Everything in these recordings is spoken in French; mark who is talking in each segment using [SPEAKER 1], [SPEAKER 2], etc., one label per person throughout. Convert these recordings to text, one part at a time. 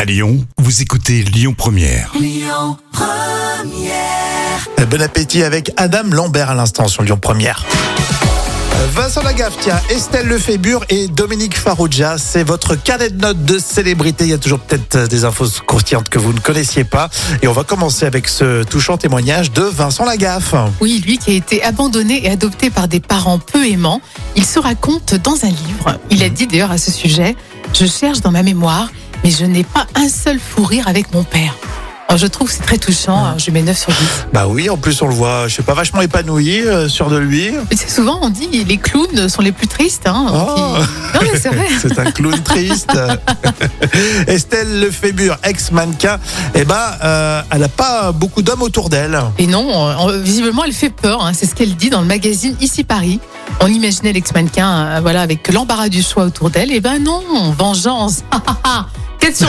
[SPEAKER 1] À Lyon, vous écoutez Lyon Première.
[SPEAKER 2] Bon appétit avec Adam Lambert à l'instant sur Lyon Première. Vincent Lagaffe, tiens, Estelle Lefébure et Dominique Farrugia, c'est votre cadet de notes de célébrité. Il y a toujours peut-être euh, des infos croustillantes que vous ne connaissiez pas. Et on va commencer avec ce touchant témoignage de Vincent Lagaffe.
[SPEAKER 3] Oui, lui qui a été abandonné et adopté par des parents peu aimants, il se raconte dans un livre. Il a dit d'ailleurs à ce sujet Je cherche dans ma mémoire, mais je n'ai pas un seul fou rire avec mon père. Alors, je trouve que c'est très touchant, Alors, je lui mets 9 sur 10.
[SPEAKER 2] Bah oui, en plus on le voit, je sais pas, vachement épanoui, euh, sûr de lui.
[SPEAKER 3] Mais c'est souvent, on dit les clowns sont les plus tristes. hein,
[SPEAKER 2] Oh.
[SPEAKER 3] qui- Non, mais c'est vrai.
[SPEAKER 2] C'est un clown triste. Estelle Lefébure, ex-mannequin, eh ben, euh, elle n'a pas beaucoup d'hommes autour d'elle.
[SPEAKER 3] Et non, euh, visiblement, elle fait peur. hein, C'est ce qu'elle dit dans le magazine Ici Paris. On imaginait l'ex-mannequin, euh, voilà, avec l'embarras du choix autour d'elle. Et ben non, vengeance. Ah, 4 sur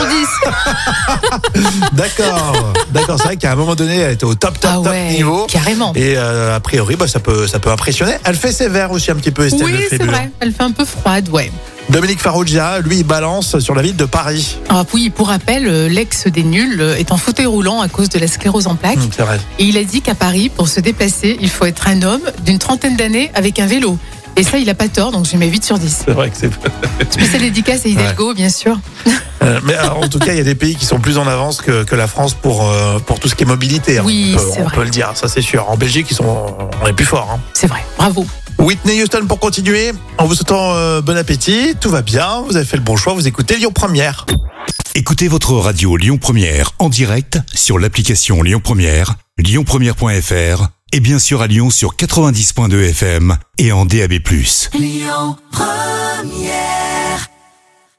[SPEAKER 3] 10.
[SPEAKER 2] D'accord, d'accord. C'est vrai qu'à un moment donné, elle était au top, top,
[SPEAKER 3] ah
[SPEAKER 2] top
[SPEAKER 3] ouais,
[SPEAKER 2] niveau.
[SPEAKER 3] carrément.
[SPEAKER 2] Et euh, a priori, bah, ça peut, ça peut impressionner. Elle fait sévère aussi un petit peu, Estelle
[SPEAKER 3] Oui, c'est
[SPEAKER 2] Lefébure.
[SPEAKER 3] vrai. Elle fait un peu froide, ouais.
[SPEAKER 2] Dominique Farrugia, lui, il balance sur la ville de Paris.
[SPEAKER 3] Ah oui, pour rappel, euh, l'ex des nuls euh, est en fauteuil roulant à cause de la sclérose en plaques.
[SPEAKER 2] Hum, c'est vrai.
[SPEAKER 3] Et il a dit qu'à Paris, pour se déplacer, il faut être un homme d'une trentaine d'années avec un vélo. Et ça, il a pas tort, donc je lui mets 8 sur 10.
[SPEAKER 2] C'est vrai que c'est.
[SPEAKER 3] Spécial dédicace à Hidalgo, bien sûr.
[SPEAKER 2] Euh, mais euh, en tout cas, il y a des pays qui sont plus en avance que, que la France pour, euh, pour tout ce qui est mobilité. hein.
[SPEAKER 3] Oui,
[SPEAKER 2] on peut,
[SPEAKER 3] c'est
[SPEAKER 2] on
[SPEAKER 3] vrai.
[SPEAKER 2] peut le dire, ça c'est sûr. En Belgique, ils sont, on est plus fort. hein.
[SPEAKER 3] C'est vrai, bravo.
[SPEAKER 2] Whitney Houston pour continuer. En vous souhaitant euh, bon appétit, tout va bien, vous avez fait le bon choix, vous écoutez Lyon Première.
[SPEAKER 1] Écoutez votre radio Lyon Première en direct sur l'application Lyon Première, lyonpremière.fr et bien sûr à Lyon sur 90.2 FM et en DAB+.